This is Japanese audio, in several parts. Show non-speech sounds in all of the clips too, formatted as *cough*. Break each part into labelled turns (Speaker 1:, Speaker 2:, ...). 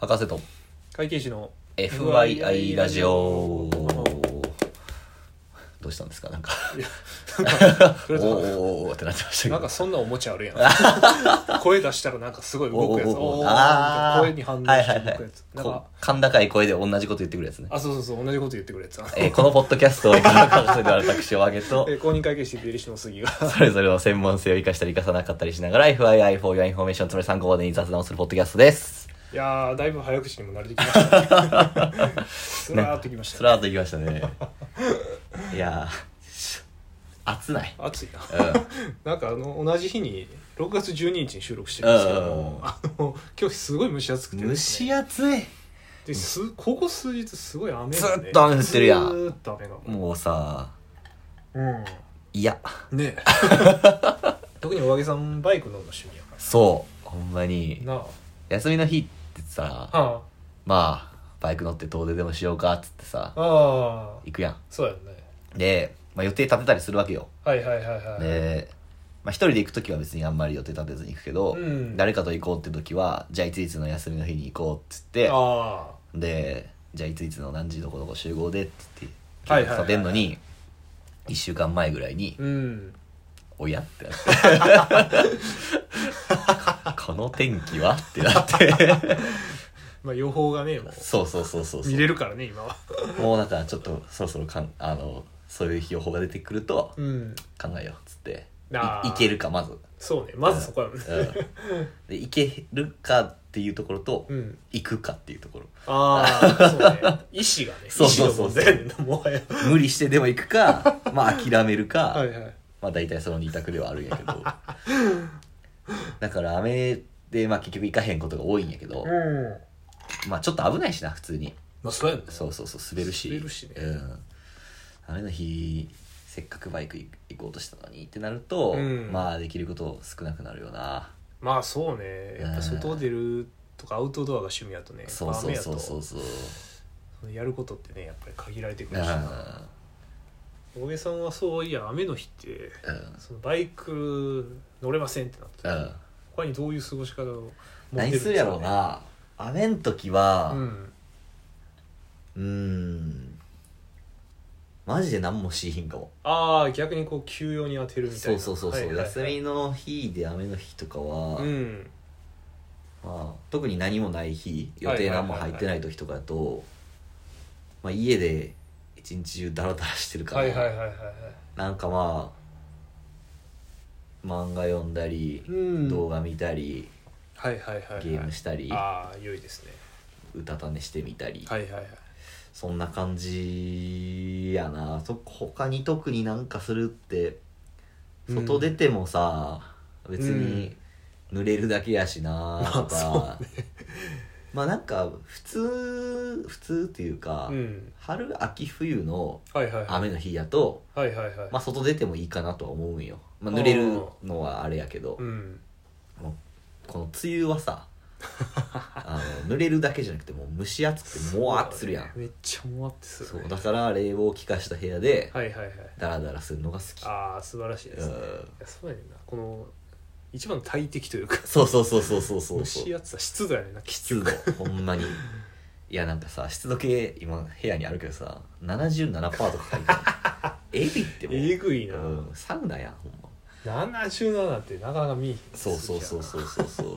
Speaker 1: 博士と
Speaker 2: 会計士の
Speaker 1: FYI ラジオどうしたんですかなんか
Speaker 2: いやなんか
Speaker 1: おー
Speaker 2: それと
Speaker 1: おーおーってなってましたけど
Speaker 2: なんかそんなおもちゃあるや
Speaker 1: *laughs*
Speaker 2: ん声出したらなんかすごい動くやつ
Speaker 1: おーおーおー
Speaker 2: おー
Speaker 1: あー
Speaker 2: 声に反応して
Speaker 1: はいは
Speaker 2: 動
Speaker 1: い
Speaker 2: く
Speaker 1: はい
Speaker 2: やつなん
Speaker 1: こ
Speaker 2: か
Speaker 1: う甲高い声で同じこと言ってくるやつね
Speaker 2: あそうそうそう同じこと言ってくるやつな
Speaker 1: えーこのポッドキャストをいかがかである私を挙
Speaker 2: *laughs*
Speaker 1: げと
Speaker 2: え公認会計士税理士の杉が
Speaker 1: それぞれの専門性を生かしたり生かさなかったりしながら FYI for your information つまり参考までに雑談をするポッドキャストです
Speaker 2: いやーだいぶ早口にも慣れてきましたねスラーっときまし
Speaker 1: ス
Speaker 2: たね
Speaker 1: ラーといきましたね *laughs* いやー暑ない
Speaker 2: 暑いな *laughs*
Speaker 1: うん
Speaker 2: なんかあの同じ日に6月12日に収録してるんですけど
Speaker 1: うん
Speaker 2: もあの今日すごい蒸し暑くて
Speaker 1: 蒸
Speaker 2: ですね
Speaker 1: し暑い
Speaker 2: ですここ数日すごい雨
Speaker 1: ず
Speaker 2: がね
Speaker 1: っと雨降ってるやん
Speaker 2: ずーっと雨が
Speaker 1: もうさ
Speaker 2: うん
Speaker 1: いや
Speaker 2: *laughs* ねえ特におかげさんバイク乗るの趣味やか
Speaker 1: そうほんまに
Speaker 2: らな
Speaker 1: 休みの日ってさ
Speaker 2: あは
Speaker 1: まあバイク乗って遠出でもしようかっつってさ
Speaker 2: あああ
Speaker 1: 行くや
Speaker 2: そうやね
Speaker 1: んで、まあ、予定立てたりするわけよ
Speaker 2: はいはいはいはい、
Speaker 1: で、まあ、一人で行く時は別にあんまり予定立てずに行くけど、
Speaker 2: うん
Speaker 1: 誰かと行こうって時はじゃあいついつの休みの日に行こうっつって
Speaker 2: あ
Speaker 1: でじゃあいついつの何時どこどこ集合でっつって
Speaker 2: はい
Speaker 1: 計
Speaker 2: は
Speaker 1: 画
Speaker 2: いはい
Speaker 1: 立てんのに1週間前ぐらいに
Speaker 2: あうん
Speaker 1: 「おや?」ってなって
Speaker 2: *laughs*
Speaker 1: *laughs* 「この天気は?」ってなって
Speaker 2: まあ予報がねもう
Speaker 1: そうそうそうそうそう
Speaker 2: 見れるからね今は
Speaker 1: もうなんかちょっとそろそろかんあのそういう予報が出てくると
Speaker 2: うん
Speaker 1: 考えようっつってい
Speaker 2: あー
Speaker 1: 行けるかまず、
Speaker 2: そうねまずそこやもんね *laughs*
Speaker 1: うん、で行けるかっていうところと、
Speaker 2: うん
Speaker 1: 行くかっていうところ
Speaker 2: ああそうね意志がね
Speaker 1: *laughs* そうそうそう
Speaker 2: 意志の問題やねんなもはや
Speaker 1: 無理してでも行く
Speaker 2: *laughs*
Speaker 1: かまあ諦めるか、
Speaker 2: はいはい
Speaker 1: まあ大体その2択ではあるんやけ
Speaker 2: *laughs*
Speaker 1: どだから雨で、まあ、結局行かへんことが多いんやけど、
Speaker 2: うん
Speaker 1: まあちょっと危ないしな普通に
Speaker 2: まあそうやね
Speaker 1: そうそうそう滑るし
Speaker 2: 滑るしね
Speaker 1: うん、雨の日せっかくバイク行行こうとしたのにってなると、
Speaker 2: うん
Speaker 1: まあできること少なくなるよな
Speaker 2: まあそうねやっぱ外出るとかアウトドアが趣味やとね
Speaker 1: そうそうそう
Speaker 2: 雨
Speaker 1: そ
Speaker 2: や
Speaker 1: うそう
Speaker 2: とやることってねやっぱり限られてく
Speaker 1: うん
Speaker 2: るし大げさんはそういや雨の日って
Speaker 1: うん
Speaker 2: そのバイク乗れませんってなって、
Speaker 1: うん
Speaker 2: 他にどういう過ごし方を持ってるん
Speaker 1: 何
Speaker 2: です
Speaker 1: るやろうな雨ん時は
Speaker 2: う、ん
Speaker 1: うーんマジで何もしひんかも
Speaker 2: ああ逆にこう休養に当てるみたい
Speaker 1: そう
Speaker 2: な
Speaker 1: そうそうそう、
Speaker 2: はいはいはい
Speaker 1: 休みの日で雨の日とかは、
Speaker 2: うん
Speaker 1: まあ、特に何もない日予定何も入ってない時とかだと、まあ、家で一日中ダラダラしてるから、
Speaker 2: はいはいはいはいはい
Speaker 1: なんかまあ漫画読んだり、
Speaker 2: うん
Speaker 1: 動画見たり
Speaker 2: はいはいはいはい
Speaker 1: ゲームしたり、
Speaker 2: ああ良いですね
Speaker 1: うたた寝してみたり、
Speaker 2: はいはいはい
Speaker 1: そんな感じやなそ他に特になんかするって
Speaker 2: うん
Speaker 1: 外出てもさ、別に濡れるだけや
Speaker 2: *laughs*
Speaker 1: しなとか、まあなんか普通普通っていうか、
Speaker 2: うん
Speaker 1: 春秋冬の
Speaker 2: はいはいはい
Speaker 1: 雨の日やと、
Speaker 2: はいはいはい
Speaker 1: まあ、外出てもいいかなとは思うんよ、まあ、濡れるのはあれやけど、
Speaker 2: うん
Speaker 1: もうこの梅雨は
Speaker 2: *laughs*
Speaker 1: さあの濡れるだけじゃなくてもう蒸し暑くてもわーってするやん
Speaker 2: めっちゃもわってす
Speaker 1: そ
Speaker 2: るね
Speaker 1: うだから冷房を効かした部屋で
Speaker 2: はいはいはい
Speaker 1: ダラダラするのが好き
Speaker 2: ああ素晴らしいですね
Speaker 1: うん
Speaker 2: いやそうやねんなこの一番大敵というか
Speaker 1: そうそうそうそうそうそ
Speaker 2: 蒸
Speaker 1: う
Speaker 2: し暑さ湿度やねんな
Speaker 1: 湿度ほんまにいやなんかさ湿度計今部屋にあるけどさ77%とか書いてあるえぐいってもう
Speaker 2: えぐいな、
Speaker 1: うん、サウナやんほんま
Speaker 2: 77ってなかなか見えへん
Speaker 1: そうそうそうそうそうそう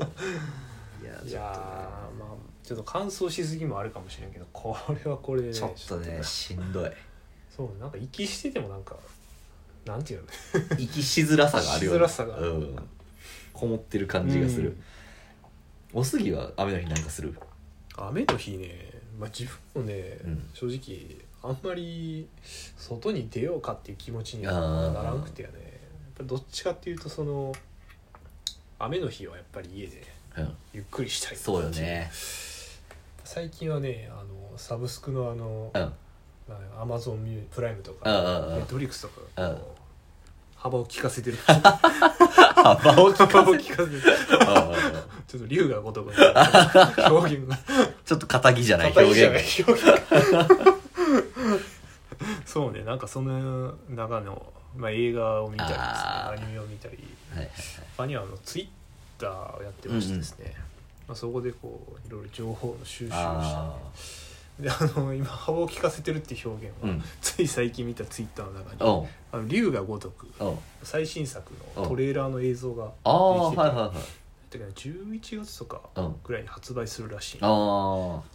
Speaker 1: いや
Speaker 2: い
Speaker 1: ち
Speaker 2: や
Speaker 1: ょ
Speaker 2: ー
Speaker 1: っと
Speaker 2: まあちょっと乾燥しすぎもあるかもしれんけどこれはこれで、ね、
Speaker 1: ちょっとねしんどい
Speaker 2: そうなんか息しててもなんかなんていうのね
Speaker 1: 息しづらさがあるよ、ね、
Speaker 2: しづらさがある
Speaker 1: うん、こもってる感じがする、
Speaker 2: うん
Speaker 1: おすぎは雨の日なんかする
Speaker 2: 雨の日ね、まあ、自分もね、
Speaker 1: うん
Speaker 2: 正直あんまり外に出ようかっていう気持ちには
Speaker 1: あー
Speaker 2: ならんくてやねやっぱりどっちかっていうとその雨の日はやっぱり家で
Speaker 1: うん
Speaker 2: ゆっくりしたい
Speaker 1: そうよね
Speaker 2: 最近はねあのサブスクのあの *laughs*
Speaker 1: うん
Speaker 2: アマゾンプライムとか
Speaker 1: うんうんうん
Speaker 2: ネットフリックスとか
Speaker 1: うん
Speaker 2: こう幅を利かせてる
Speaker 1: *laughs* 幅を利かせて
Speaker 2: 幅を利かせてる
Speaker 1: うん
Speaker 2: ちょっと龍が如く
Speaker 1: *laughs*
Speaker 2: な表現が
Speaker 1: ちょっと肩着じゃない表
Speaker 2: 硬いじゃない
Speaker 1: 現
Speaker 2: 表現が *laughs* そうねなんかその中の、まあ、映画を見たりですね
Speaker 1: あー
Speaker 2: アニメを見たり
Speaker 1: がはいはいはい
Speaker 2: 他にはあのツイッターをやってましてですね、まあ、そこでこういろいろ情報の収集を *laughs* した
Speaker 1: あ
Speaker 2: であの今幅を利かせてるっていう表現
Speaker 1: う
Speaker 2: は、
Speaker 1: ん
Speaker 2: つい最近見たツイッターの中に
Speaker 1: おう
Speaker 2: 「あの竜が如く
Speaker 1: おう」
Speaker 2: 最新作のトレーラーの映像が
Speaker 1: ああ
Speaker 2: できて
Speaker 1: はいはいはい
Speaker 2: てか11月とか
Speaker 1: うん
Speaker 2: ぐらいに発売するらしい
Speaker 1: あ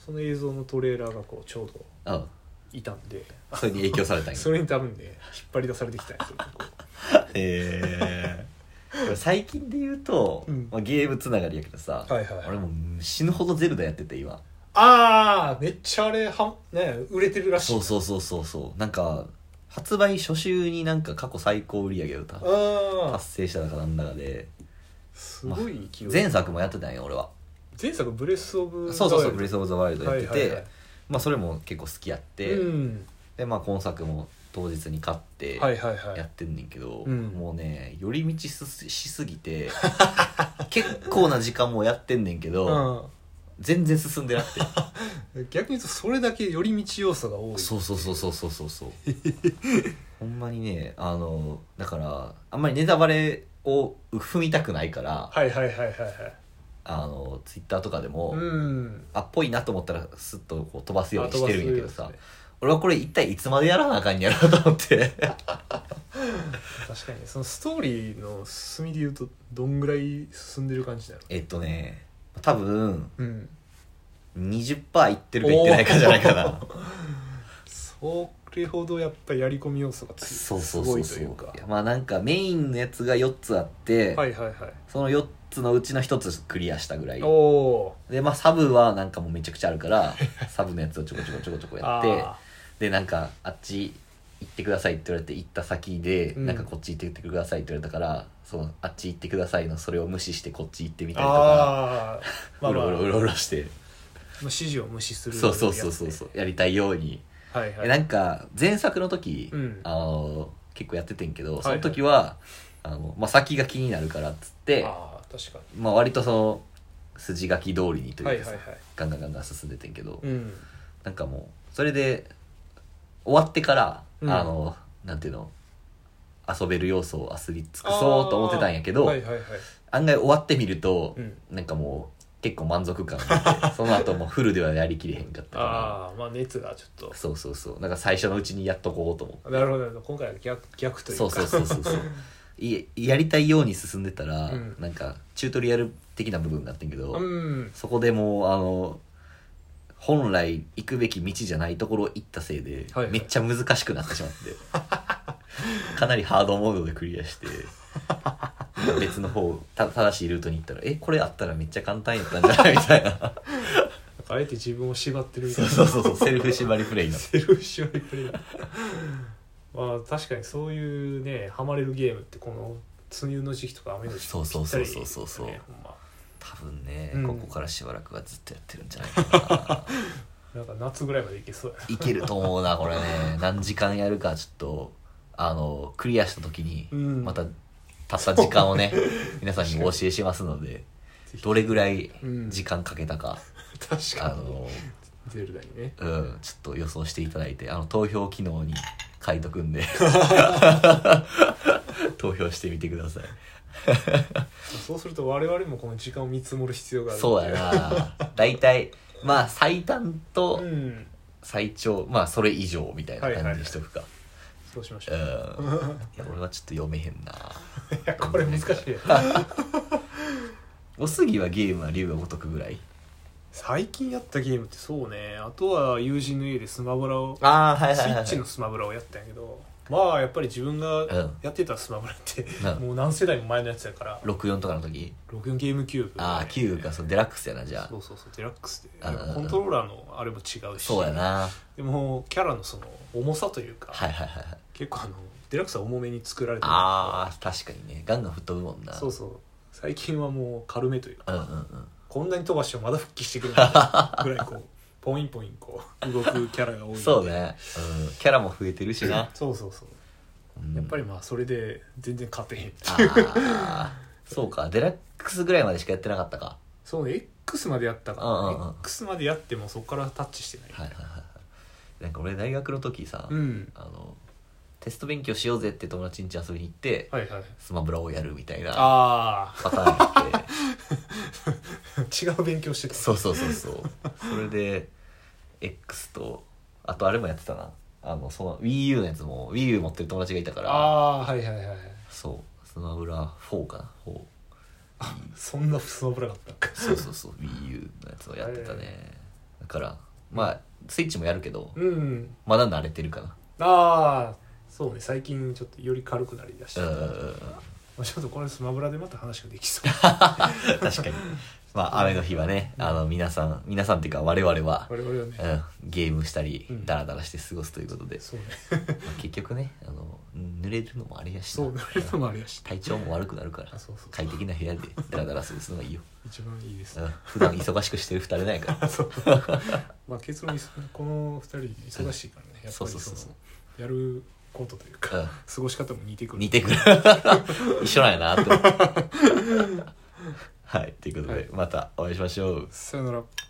Speaker 2: その映像のトレーラーがこうちょうど
Speaker 1: あうん
Speaker 2: いたんで
Speaker 1: それに影響されたんや
Speaker 2: それに多分ね引っ張り出されてきたんや
Speaker 1: *laughs*
Speaker 2: と思う
Speaker 1: へ *laughs* え最近で言うと、
Speaker 2: うん
Speaker 1: まあ、ゲームつながりやけどさ、
Speaker 2: はいはいはい
Speaker 1: 俺もう死ぬほどゼルダやってて今
Speaker 2: ああめっちゃあれはね売れてるらしい
Speaker 1: そうそうそうそうそうなんか発売初週になんか過去最高売り上げをた
Speaker 2: ああ
Speaker 1: 達成したのかなんだかです
Speaker 2: ごい勢い、
Speaker 1: 前作もやってたんよ俺は
Speaker 2: 前作ブレス・オブ・
Speaker 1: そうそうそう「ブ
Speaker 2: ブレ
Speaker 1: レ
Speaker 2: ス
Speaker 1: ス・オブ・ザ・ワイルド」やってて、
Speaker 2: はいはいはい
Speaker 1: まあそれも結構好きやって、
Speaker 2: うん
Speaker 1: でまあ今作も当日に買って
Speaker 2: はいはいは
Speaker 1: やっ
Speaker 2: い
Speaker 1: てんねんけど、
Speaker 2: うん
Speaker 1: もうね寄り道すしすぎて *laughs* 結構な時間もやってんねんけど、全然進んでな
Speaker 2: *laughs*
Speaker 1: くて
Speaker 2: うん、逆に言うとそれだけ寄り道要素が多い
Speaker 1: そうそうそうそうそうそうそう *laughs* ほんまにねあのだからあんまりネタバレを踏みたくないから
Speaker 2: はいはいはいはいはい
Speaker 1: あのツイッターとかでも、
Speaker 2: うん
Speaker 1: あっぽいなと思ったらスッとこう飛ばすように
Speaker 2: 後
Speaker 1: し
Speaker 2: が
Speaker 1: て
Speaker 2: す
Speaker 1: る
Speaker 2: ご
Speaker 1: ん
Speaker 2: い
Speaker 1: やけ
Speaker 2: で
Speaker 1: ど
Speaker 2: す
Speaker 1: さ
Speaker 2: ね
Speaker 1: 俺はこれ一体いつまでやらなあかんやろうと思って
Speaker 2: *laughs* 確かにそのストーリーの進みで言うとどんぐらい進んでる感じだろ
Speaker 1: えっとね多分
Speaker 2: ううん
Speaker 1: 20%いってるかいってないかじゃないかな
Speaker 2: それほどやっぱりやり込み要素がつ
Speaker 1: そう
Speaker 2: す
Speaker 1: そうそ
Speaker 2: ご
Speaker 1: う
Speaker 2: い
Speaker 1: そ
Speaker 2: と
Speaker 1: う
Speaker 2: いうか
Speaker 1: いやまあなんかメインのやつが4つあって、
Speaker 2: はいはいはい
Speaker 1: その4つのうちの1つクリアしたぐらい
Speaker 2: おお
Speaker 1: でまあサブはなんかもうめちゃくちゃあるから *laughs* サブのやつをちょこちょこちょこちょこやって
Speaker 2: あ
Speaker 1: でなんかあっち行ってくださいって言われて行った先で、
Speaker 2: うん
Speaker 1: なんかこっち行ってくださいって言われたからそのあっち行ってくださいのそれを無視してこっち行ってみ
Speaker 2: ー
Speaker 1: たりとか、
Speaker 2: あーま
Speaker 1: う
Speaker 2: あまあ
Speaker 1: ろう
Speaker 2: ま
Speaker 1: ろ
Speaker 2: あ
Speaker 1: うろうろして
Speaker 2: 指示を無視する
Speaker 1: そうそうそうそうそうやりたいように、
Speaker 2: うはいはい
Speaker 1: えなんか前作の時、
Speaker 2: うん
Speaker 1: あの結構やっててんけど
Speaker 2: い
Speaker 1: その時は、あのまあ、先が気になるからっつって
Speaker 2: ああ確か
Speaker 1: まあ、割とその筋書き通りにと
Speaker 2: にはいいう
Speaker 1: か
Speaker 2: は
Speaker 1: さ、
Speaker 2: いはい
Speaker 1: ガンガンガンガン進んでてんけど、
Speaker 2: うん
Speaker 1: なんかもうそれで終わってから、
Speaker 2: うん
Speaker 1: あのなんていうの遊べる要素をあすり尽くそうと思ってたんやけど、
Speaker 2: あーはいはいはい
Speaker 1: 案外終わってみると、
Speaker 2: うん
Speaker 1: なんかもう結構満足感があってその後もフルではやりきれへんかったか
Speaker 2: ああまあ熱がちょっと
Speaker 1: らそうそうそうなんか最初のうちにやっとこうと思って
Speaker 2: なるほどなるほど今回は逆逆というか
Speaker 1: そうそうそうそう
Speaker 2: *laughs*
Speaker 1: そういやりたいように進んでたら、
Speaker 2: うん
Speaker 1: なんかチュートリアル的な部分があってんけど、
Speaker 2: うん
Speaker 1: そこでもうあの本来行くべき道じゃないところ行ったせいで、
Speaker 2: はいはい
Speaker 1: めっちゃ難しくなってしまって
Speaker 2: *laughs*
Speaker 1: かなりハードモードでクリアして別の方た正しいルートに行ったらえこれあったらめっちゃ簡単やったんじゃないみたい
Speaker 2: *laughs*
Speaker 1: な
Speaker 2: なんかあえて自分を縛ってるみた
Speaker 1: そ
Speaker 2: いうな
Speaker 1: そうそうそう *laughs* セルフ縛りプレイになって
Speaker 2: セルフ縛りプレイヤー *laughs* まあ確かにそういうねハマれるゲームってこの梅雨の時期とか雨の時期
Speaker 1: そうそうそうそうそうそう
Speaker 2: ぴったりですねほんま
Speaker 1: 多分ね、
Speaker 2: うん
Speaker 1: ここからしばらくはずっとやってるんじゃないかな
Speaker 2: なんか夏ぐらいまでい
Speaker 1: *laughs*
Speaker 2: けそうや
Speaker 1: いけると思うなこれね何時間やるかちょっとあのクリアした時に
Speaker 2: うん
Speaker 1: またたった時間をね皆さんにお教えしますので
Speaker 2: ぜひ
Speaker 1: どれぐらい
Speaker 2: うん
Speaker 1: 時間かけたか、
Speaker 2: な確
Speaker 1: あ
Speaker 2: かに
Speaker 1: の、
Speaker 2: ゼルダにね
Speaker 1: うん、ちょっと予想していただいてあの投票機能に書いとくんで *laughs* 投票してみてください
Speaker 2: そうすると我々もこの時間を見積もる必要がある
Speaker 1: そうやな大体まあ最短と
Speaker 2: うん
Speaker 1: 最長まあそれ以上みたいな感じにしとくか、
Speaker 2: そうしましょう
Speaker 1: うんいや俺はちょっと読めへんない
Speaker 2: やこれ難 *laughs* しい
Speaker 1: おすぎはゲームは竜が如くぐらい
Speaker 2: 最近やったゲームってそうねあとは友人の家でスマブラを
Speaker 1: ああは
Speaker 2: スイッチのスマブラをやったんやけどまあやっぱり自分が
Speaker 1: ん
Speaker 2: やってたスマブラって、
Speaker 1: うん
Speaker 2: もう何世代も前のやつやから
Speaker 1: 64とかの時
Speaker 2: 64ゲームキューブ、
Speaker 1: ああキューブかそうデラックスやなじゃあ
Speaker 2: そうそうそうデラックスで
Speaker 1: うんうんうん
Speaker 2: コントローラーのあれも違うし
Speaker 1: そうやな
Speaker 2: でもキャラのその重さというか、
Speaker 1: はいはいはいはい
Speaker 2: 結構あのデラックスは重めに作られてる
Speaker 1: あー確かにねガンガン吹っ飛ぶもんな
Speaker 2: そうそう最近はもう軽めというか
Speaker 1: うんうんうん
Speaker 2: こんなに飛ばしてもまだ復帰してくるんだぐらい
Speaker 1: *laughs*
Speaker 2: こうポインポインこう動くキャラが多いんで
Speaker 1: そうね、うん、キャラも増えてるしな、
Speaker 2: そうそうそう
Speaker 1: うん
Speaker 2: やっぱりまあそれで全然勝てへん
Speaker 1: あーそうかデラックスぐらいまでしかやってなかったか
Speaker 2: そうね X までやったから、
Speaker 1: うんうんうん
Speaker 2: X までやってもそこからタッチしてない、
Speaker 1: はいはいはいなんか俺大学の時さ、
Speaker 2: うん
Speaker 1: あのテスト勉強しようぜって友達ん家遊びに行って、
Speaker 2: はいはい
Speaker 1: スマブラをやるみたいな
Speaker 2: あ
Speaker 1: パターンで
Speaker 2: あ違う勉強してた
Speaker 1: そうそうそうそうそれで X とあとあれもやってたなあのその WiiU のやつも WiiU 持ってる友達がいたから
Speaker 2: ああーはいはいはい
Speaker 1: そうスマブラ4かな4
Speaker 2: そんなスマブラだった
Speaker 1: そうそう
Speaker 2: *laughs*
Speaker 1: そう WiiU のやつをやってたね、だからまあスイッチもやるけど
Speaker 2: うん
Speaker 1: まだ慣れてるかな
Speaker 2: ああそうね最近ちょっとより軽くなりだした、
Speaker 1: うんう
Speaker 2: ま
Speaker 1: ん
Speaker 2: *laughs*
Speaker 1: うん
Speaker 2: あちょっとこれスマブラでまた話ができそう
Speaker 1: *laughs* 確かにまあ雨の日はねあの皆さん皆さんっていうか我々は、
Speaker 2: 我々はね、
Speaker 1: うん、ゲームしたり
Speaker 2: うん
Speaker 1: ダラダラして過ごすということで、
Speaker 2: そうね
Speaker 1: まあ結局ねあの濡れるのもあれやしな
Speaker 2: そうなるのもありやし
Speaker 1: 体調も悪くなるから
Speaker 2: あそうそう
Speaker 1: 快適な部屋でダラダラ過ごすのがいいよ、
Speaker 2: 一番いいです
Speaker 1: う
Speaker 2: ね
Speaker 1: ん、普段忙しくしてる二人なんやか
Speaker 2: あそうまあ結論この二人忙しいからねやっぱり
Speaker 1: そうそうそうそう
Speaker 2: やることという
Speaker 1: うん
Speaker 2: か過ごし方も似てく
Speaker 1: ら
Speaker 2: る
Speaker 1: 似てくる *laughs* 一緒なんやな
Speaker 2: *laughs*
Speaker 1: って思ってはいということで、
Speaker 2: はい
Speaker 1: またお会いしましょう
Speaker 2: さよなら